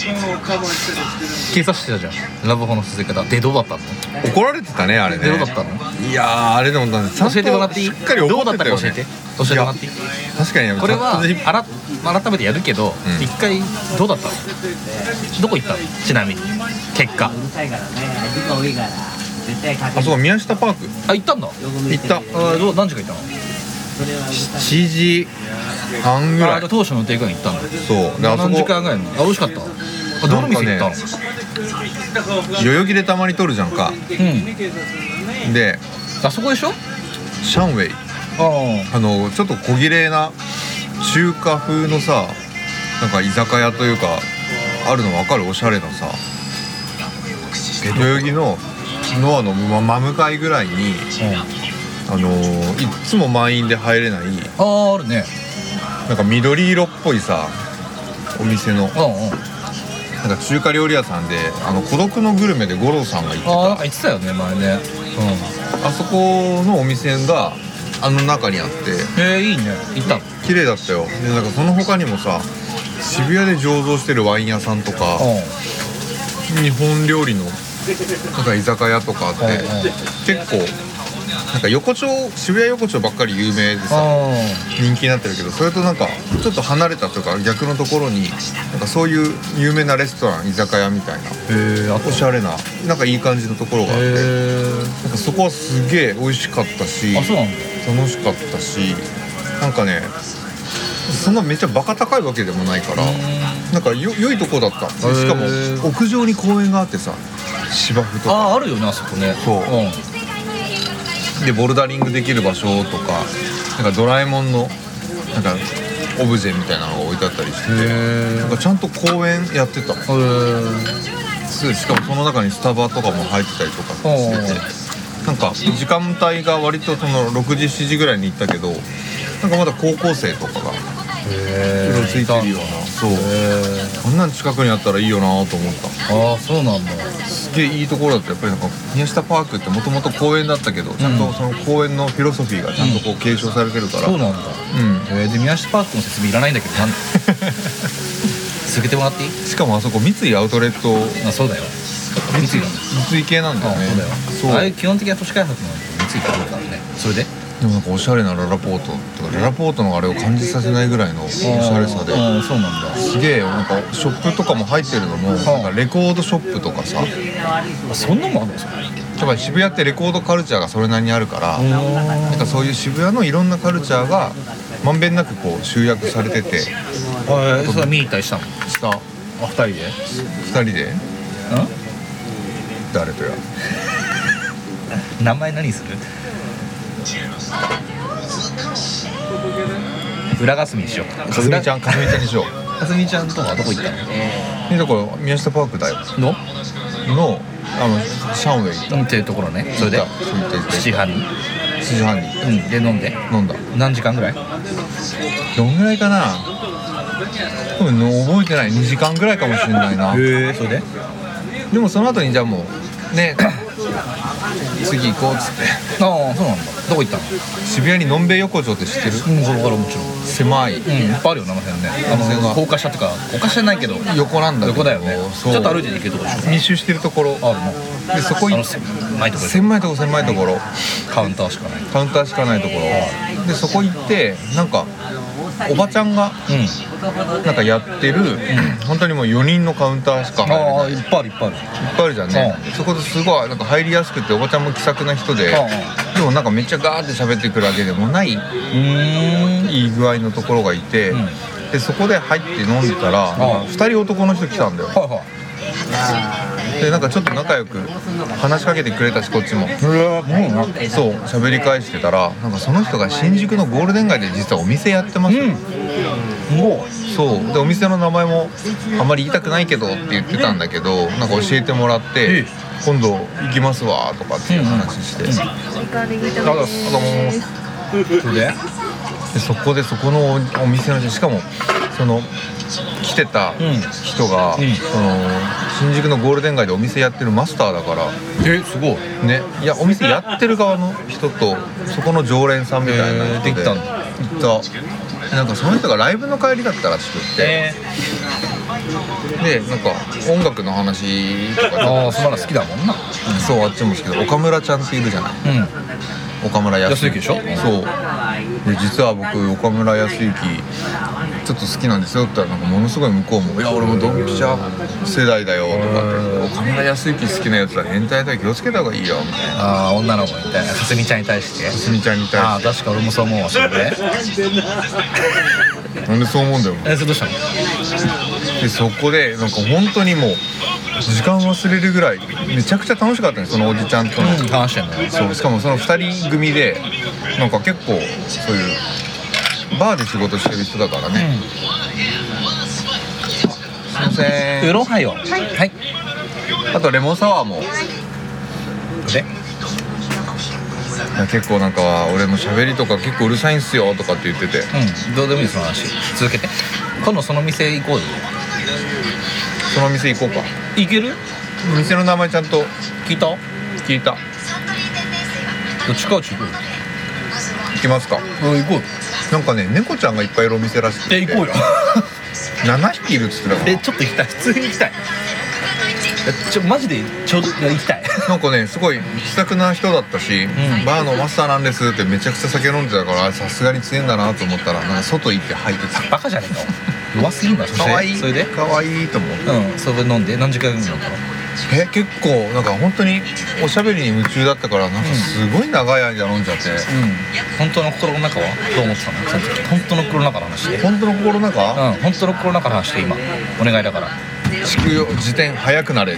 警察してたじゃんラブホの続け方でどうだったの
怒られてたねあれね
でどうだったの
いやーあれでもなんかちゃんと
教えてもらっていい
しっかり
ど
怒
うだ
っ
っ
た
てたか
よ、
教
ね、
えて教えてもらっていい
確かに
これは
チャット GPT
あら改めてやるけど
うん
一、回どうだったのどこ行ったのちなみに結果
あそう宮下パーク
あ行ったんだ
行った
あどう何時か行ったの
7時半ぐら
あ
い
じゃあ当初の定価に行ったんだ
そうであそ
何時間
こ
ぐらいのあ美味しかったあどの店行ったの、
なん代々木でたまに撮るじゃんかで
うんあそこでしょ
シャンウェイ
あ
あのちょっと小綺麗な中華風のさなんか居酒屋というかあるの分かるおしゃれなさ代々木のノアのま真向かいぐらいに、あのーいっつも満員で入れない
ああああるね
なんか緑色っぽいさお店の
うんうん
なんか中華料理屋さんであの孤独のグルメで五郎さんが行って
ああなん
た
か言ってたよね前ね
あそこのお店があの中にあって
うんえー、いいね行ったの
綺麗だったよでなんかその他にもさ渋谷で醸造してるワイン屋さんとか
うん
日本料理のなんか居酒屋とかあって
うんうん
結構なんか横丁渋谷横丁ばっかり有名でさ
あ
人気になってるけどそれとなんかちょっと離れたというか逆のところになんかそういう有名なレストラン居酒屋みたいな
えー、あと
おしゃれななんかいい感じのところがあってなんかそこはすげえ美味しかったし
あそうなんだ
楽しかったしなんかねそんなめっちゃバカ高いわけでもないからなんかよ良いとこだったでしかも
へー
屋上に公園があってさ芝生とか
あああるよねあそこね
そうんでボルダリングできる場所とかなんかドラえもんのなんかオブジェみたいなのが置いてあったりしててなんかちゃんと公園やってた
えー、
そうしかもその中にスタバとかも入ってたりとかしててなんか時間帯が割とその6時7時ぐらいに行ったけどなんかまだ高校生とかが
え
色ついてるようなそうこんなん近くにあったらいいよなと思った
ああそうなんだ
すげえいいところだったやっぱりなんか宮下パークってもともと公園だったけどちゃんとその公園のフィロソフィーがちゃんとこう継承されてるから
そうなんだ
うん
えー、で宮下パークの説明いらないんだけどなんで続けてもらっていい
しかもあそこ三井アウトレット
あそうだよ三井だもん
三井系なんだ
あ
よね
そうだよ
そう
ああいう基本的な都市開発の三井からだからねそれで
でもなんかおしゃれなララポートとかララポートのあれを感じさせないぐらいのおしゃれさで
ああそうなんだ
すげえよなんかショップとかも入ってるのもなんかレコードショップとかさや
あそんなもんあるんですか
っぱり渋谷ってレコードカルチャーがそれなりにあるからなんかそういう渋谷のいろんなカルチャーがまんべんなくこう集約されてて
ああそれ見に行ったりしたの
した
あ二人で
人で誰とや
名前何する裏霞にしよう
かずみちゃんかずみちゃんにしよ
裏かすみちゃんとはどこ行った
うでだから宮下パークだよ
のの
のあのシャンウェイ行っ
うんっていうところね
た
それで
行った行った行った
7時半に
7時半に
うんで飲んで
飲んだ
何時間ぐらい
どんぐらいかな多分の覚えてない2時間ぐらいかもしれないな
えそれで
でもその後にじゃあもう
[coughs]
ね次行こうっつって
ああそうなんだどこ行ったの
渋谷にのんべい横丁って知ってる
うんこれからもちろん
狭い
うんいっぱいあるよ7線ねあ
七線
の
が
高架下とか高架下じゃないけど
横なんだけど
横だよねち
そう
ょっと歩いて行けるとこでしょ
密集してるところ
あるの
でそこ
あ
行
の
っ
狭いとこでしょ
狭いとこ狭いところ
カウンターしかない
カウンターしかないところでそこ行ってなんかおばちゃんが
うん
なんかやってる、本当にもう4人のカウンターしか入れない
ああいっぱいあるいっぱいある
いっぱいあるじゃんね、そこですごいなんか入りやすくておばちゃんも気さくな人で、
う
でもなんかめっちゃガーって喋ってくるわけでもないう
ーん
いい具合のところがいて、
ん
でそこで入って飲んでたら、
ああ
2人男の人来たんだよ
はいはい
でなんかちょっと仲良く話しかけてくれたしこっちもそう喋り返してたらなんかその人が新宿のゴールデン街で実はお店やってます、そうでお店の名前もあまり言いたくないけどって言ってたんだけどなんか教えてもらって今度行きますわとかっていう話して、あどうも
それで
でそこでそこのお店の人しかもその来てた人が、その新宿のゴールデン街でお店やってるマスターだから
えすごい
ねいやお店やってる側の人とそこの常連さんみたいな人で
へーできたんだ
行ったなんかその人がライブの帰りだったらしくって、
え
でなんか音楽の話とか
ー、ああそばら好きだもんな
そうあっちも好きだ岡村ちゃんっているじゃない
うん
岡村康之
康之でしょ
そうで実は僕岡村康之ちょっと好きなんですよって言ったらなんかものすごい向こうも「いや俺もドンピシャ世代だよ」とかって「岡村康之好きなやつは変態だよ気をつけた方がいいよ」みたいな
ああ女の子みたいなかすみちゃんに対して
すみちゃんに
ああ
対し
確か俺もそう思うわそれで
てなんでそう思うんだよ
えそれどうしたの
でそこでなんか本当にもう時間忘れるぐらいめちゃくちゃ楽しかったんですそのおじちゃんとの、
話してんのよ
そうしかもその2人組でなんか結構そういうバーで仕事してる人だからね、すいませ
うんろはよはい
あとレモンサワーもい
で
や結構なんか俺も喋りとか結構うるさいんすよとかって言ってて
うんどうでもいいその話続けて今度その店行こうよ
その店行こうか
行ける
店の名前ちゃんと
聞いたど
聞いた
っちかうち行こうよ
行きますか
行こうよ
なんかね猫ちゃんがいっぱいいるお店らしくて
え行こうよ
7匹いるっつってたから
[laughs] えちょっと行きたい普通に行き [laughs] たいえちょマジでちょうど行きたい
なんかねすごい気さくな人だったし、バーのマスターなんですってめちゃくちゃ酒飲んでたからあさすがに強いんだなと思ったらなんか外行って入ってた
バカじゃねえの弱すぎんだそして
可愛い
それで
可愛いと思う
うんそれ飲んで何時間飲んだの
え結構なんか本当におしゃべりに夢中だったからなんかすごい長い間飲んじゃって、
うん本当の心の中はどう思ってたのその時本当の心の中の話して
本当の心の
うん
中、
本当の心の中の話して今お願いだから
地球を自転速くなれっ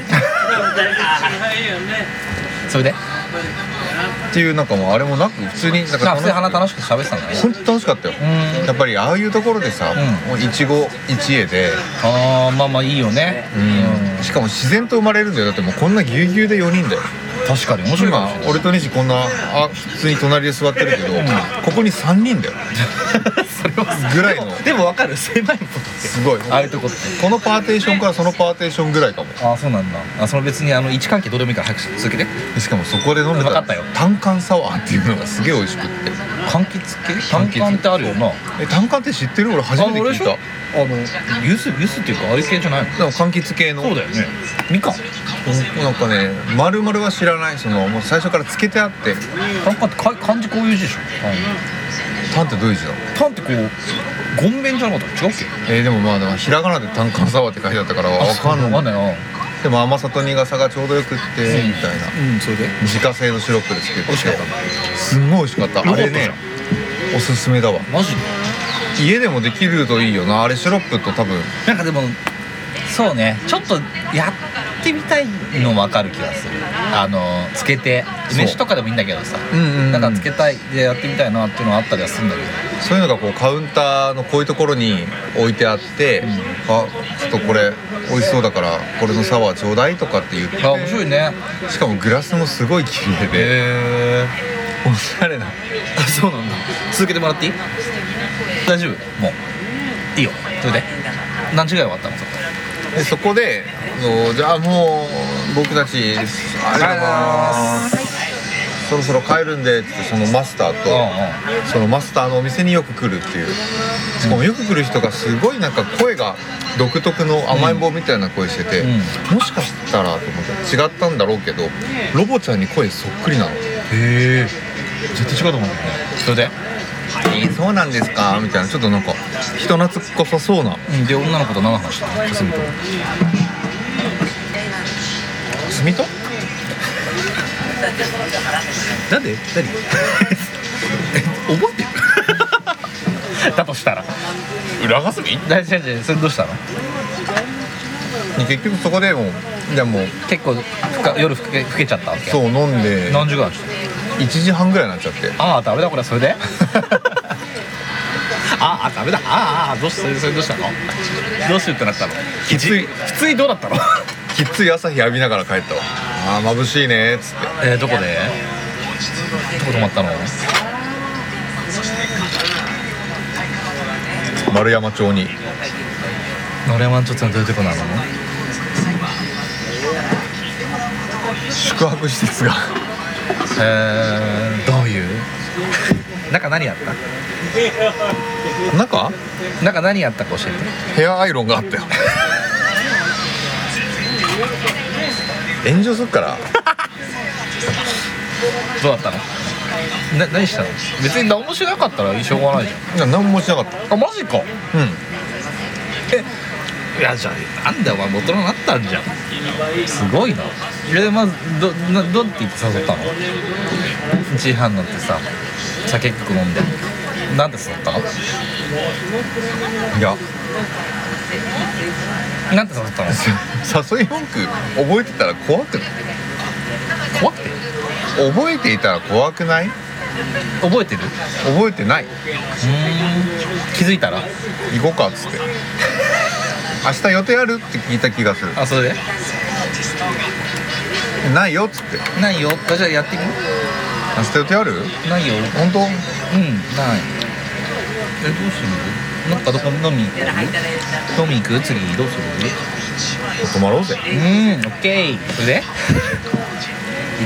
それで
ていうなんかもうあれもなく普通になん
まあ
か
普通に花
楽し
楽しく喋ってたんだね
本当に楽しかったよ
うん
やっぱりああいうところでさ、
ん
もう一期一会で、
ああまあまあいいよね
しかも自然と生まれるんだよだってもうこんなぎゅうぎゅうで4人だよ
確かに面白いかも
今
しれない
俺と西こんなあ普通に隣で座ってるけど、ここに3人だよ
[laughs] それは
ぐらいの
でも分かる狭いことって
すごい
ああいうとこって
このパーテーションからそのパーテーションぐらいかも
ああそうなんだあその別にあの位置関係どうでもいいから早く続けて
しかもそこで飲んで
わか
た
ったよ
単管サワーっていうのがすげえ美味しくって
柑橘系柑橘ってあるよな
え単管って知ってる俺初めて聞いた
あのユスユスっていうかあれ系じゃないの
でも柑橘系の
そうだよねみかん
うんなんかね丸々は知らないそのもう最初からつけてあって
単価ってか漢字こういう字でしょ
単ってどういう字なの
単ってこうごんべんじゃなかった違うっけ
えーでもまあでもひらがなで単管サワーって書いてあったからわかんない
わかんないな
でも甘さと苦さがちょうどよくってみたいな
うんそれで
自家製のシロップでつけて美味しかったすんごい美味しかったあれねおすすめだわ
マジで
家でもできるといいよなあれシロップと多分
なんかでもそうねちょっとやってみたいの分かる気がするあのつけて
そう
飯とかでもいいんだけどさ
うんうんうん
なんかつけたいでやってみたいなっていうのはあったりはするんだけど
そういうのがこうカウンターのこういうところに置いてあって、あちょっとこれ美味しそうだからこれのサワーちょうだいとかって言って
あ面白いね
しかもグラスもすごい綺麗で
へえおしゃれなあそうなんだ続けてもらっていい大丈夫もういいよそれで何時ぐらい終わったのそこ
でそこでそうじゃあもう僕たちありがとうございますそろそろ帰るんでってそのマスターと
う
そのマスターのお店によく来るっていうしかもよく来る人がすごいなんか声が独特の甘えん坊みたいな声してて、
ん
もしかしたらと思って違ったんだろうけどロボちゃんに声そっくりなの
へえ絶対違うと思うんだよねそれで
えーそうなんですかみたいなちょっとなんか人懐っこさそうな
うんで女の子と何の話したのかすみと
すみと
なん [laughs] で何え覚えてるだとしたら
裏がすみ
大丈夫大丈夫それどうしたの
結局そこでもうじゃあもう
結構ふか夜ふけふけちゃったわけ
そう飲んで
何時ぐらいでした
1時半ぐらいになっちゃって
ああダメだこれそれで [laughs] ああダメだああどうしたそれそれどうしたのどうしてってなったの
きつい
普通にどうだったの
きつい朝日浴びながら帰ったわあー眩しいねっつって
えー、どこでどこ泊まったの
丸山町に
俺はちょっとどういうとこなの
宿泊施設が
えー、どういう中何やった
中
中何やったか教えて
ヘアアイロンがあったよ炎上するから
どうだったのな何したの別に何もしなかったらしょうがないじ
いや何もしなかった
ゃんあマジか
うん
いやじゃあなんだよお前大人になったんじゃんすごいなえまずどなどうやって言って誘ったの1時半になってさ酒っく飲んでなんで誘ったの
いや
なんで誘ったの
誘い文句覚えてたら怖くない
怖くて
覚えていたら怖くない
覚えてる
覚えてない
気づいたら
行こうかっつって明日予定あるって聞いた気がする
あそれで
ないよっつって
ないよあじゃあやってみ
明日予定ある
ないよ
本当
うんないえどうするなんかどこ飲み行く飲み行く次どうする
泊まろうぜ
うーん、オッケー。それで [laughs] 行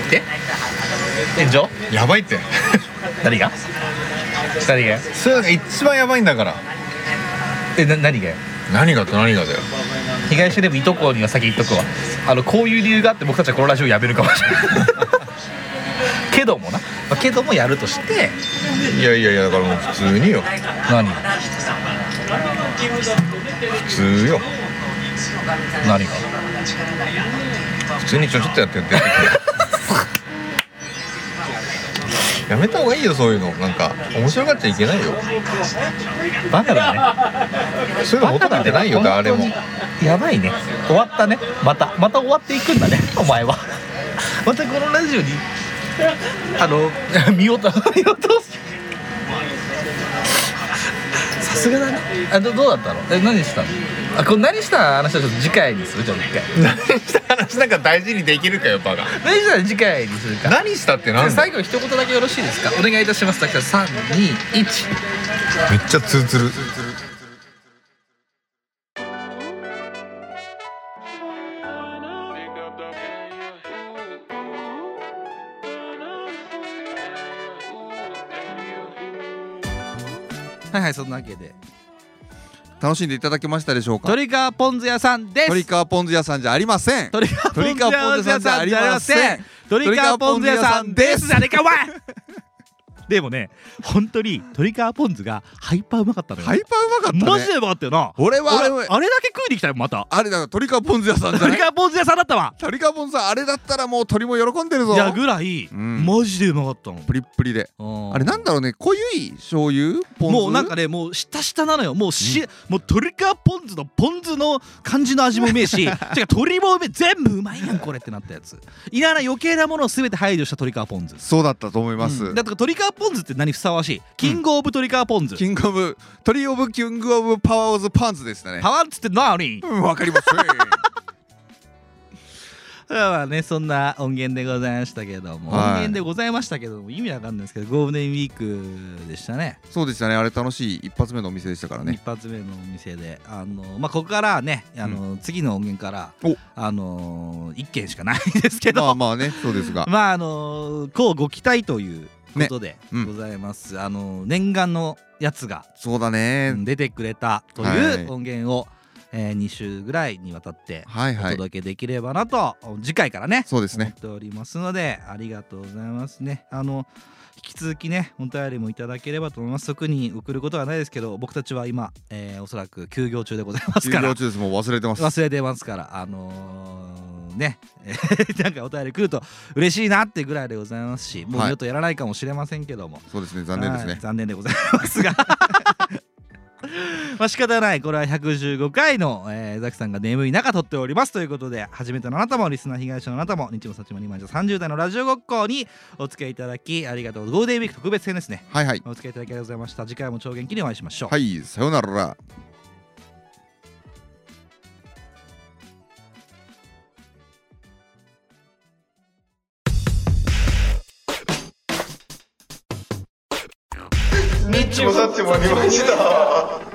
って炎上
やばいって
誰が二人が
それが一番やばいんだから
え、な、何がよ
何がと何がだよ
被害者でもいとこには先言っとくわあの、こういう理由があって僕たちはこのラジオやめるかもしれない [laughs] けどもな、まあ、けどもやるとして
いやいやいやだからもう普通によ
何が
普通よ
何が
普通にちょちょっとやって [laughs] ってやめた方がいいよそういうのなんか面白がっちゃいけないよ
バカだね
そういうの求
バカだ
め
ね
てないよ
本
誰
当
も
にやばいね終わったねまたまた終わっていくんだねお前はまたこのラジオにあの [laughs] 見落と見落とすさすがだねあどどうだったのえ何したのあこれ何した話はちょっと次回にするじゃあ一回
[laughs] 何した話なんか大事にできるかよバカ
何したら次回にするか
何したってなん
じゃ
だ
あ最後に一言だけよろしいですかお願いいたしますだから321
めっちゃツルツル
はいはいそんなわけで
楽しんでいただけましたでしょうか
トリカーポン酢屋さんです
トリカーポン酢屋さんじゃありません
トリカーポン酢屋さんじゃありませんトリカーポン酢屋さんですじゃねえかお前
でもね本当に鳥川ポン酢がハイパーうまかったのよ、
ハイパーうまか
マ
っ
ジ
たね
でうまかったよな
俺はあれ
俺あれだけ食いに来たよまた
あれだから鳥かポン酢屋さんじゃな
鳥
い
川ポン酢屋さんだったわ
鳥かポン酢さんあれだったらもう鳥も喜んでるぞ
いやぐらい、
うん
マジでうまかったの
プリップリで
うん
あれなんだろうね濃ゆい醤油ポン酢
もうなんかねもうしたしたなのよもうし、もう鶏かポン酢のポン酢の感じの味もうめ
[laughs]
えしてか鶏もうめえ全部うまいやんこれってなったやついらない余計なものを全て排除した鶏かポン酢
そうだったと思います、
うんだって鶏かポン酢って何ふさわしいキングオブ鶏かポン酢、
キングオブ鳥オブキングオブパワーオズパンツでしたね
パワーっつってなに
うんわかります
まあねそんな音源でございましたけども、
はい
音源でございましたけども意味わかんないですけどゴールデンウィークでしたね
そうでしたねあれ楽しい一発目のお店でしたからね
一発目のお店であの、まあ、ここからねあの、次の音源から
お
あの1件しかないんですけど、
まあまあねそうですが
まああのこうご期待ということで
うん
ございます、あの念願のやつが
そうだね、
うん出てくれたと
はい
いう音源を、え2週ぐらいにわたって
はい
お
はい
届けできればなと、次回からね
そうですね
思っておりますのでありがとうございますねあの引き続きねお便りもいただければと思います特に送ることはないですけど僕たちは今、えーおそらく休業中でございます
休
から
業中ですもう忘れてます
忘れてますからあのーね [laughs] なんかお便り来ると嬉しいなってぐらいでございますしもう
は
二
い
度とやらないかもしれませんけども、
そうですね残念です
はい
ね
残念でございますが [laughs] まあ仕方ないこれは115回の、えー、ザキさんが眠い中撮っておりますということで初めてのあなたもリスナー被害者のあなたも日もさちもにまんじゃ30代のラジオごっこにお付き合いいただきありがとうゴールデンウィーク特別編ですね
はいはい
お付き合いいただきありがとうございました次回も超元気にお会いしましょう
はいさよなら
ニッチもサッチもありました。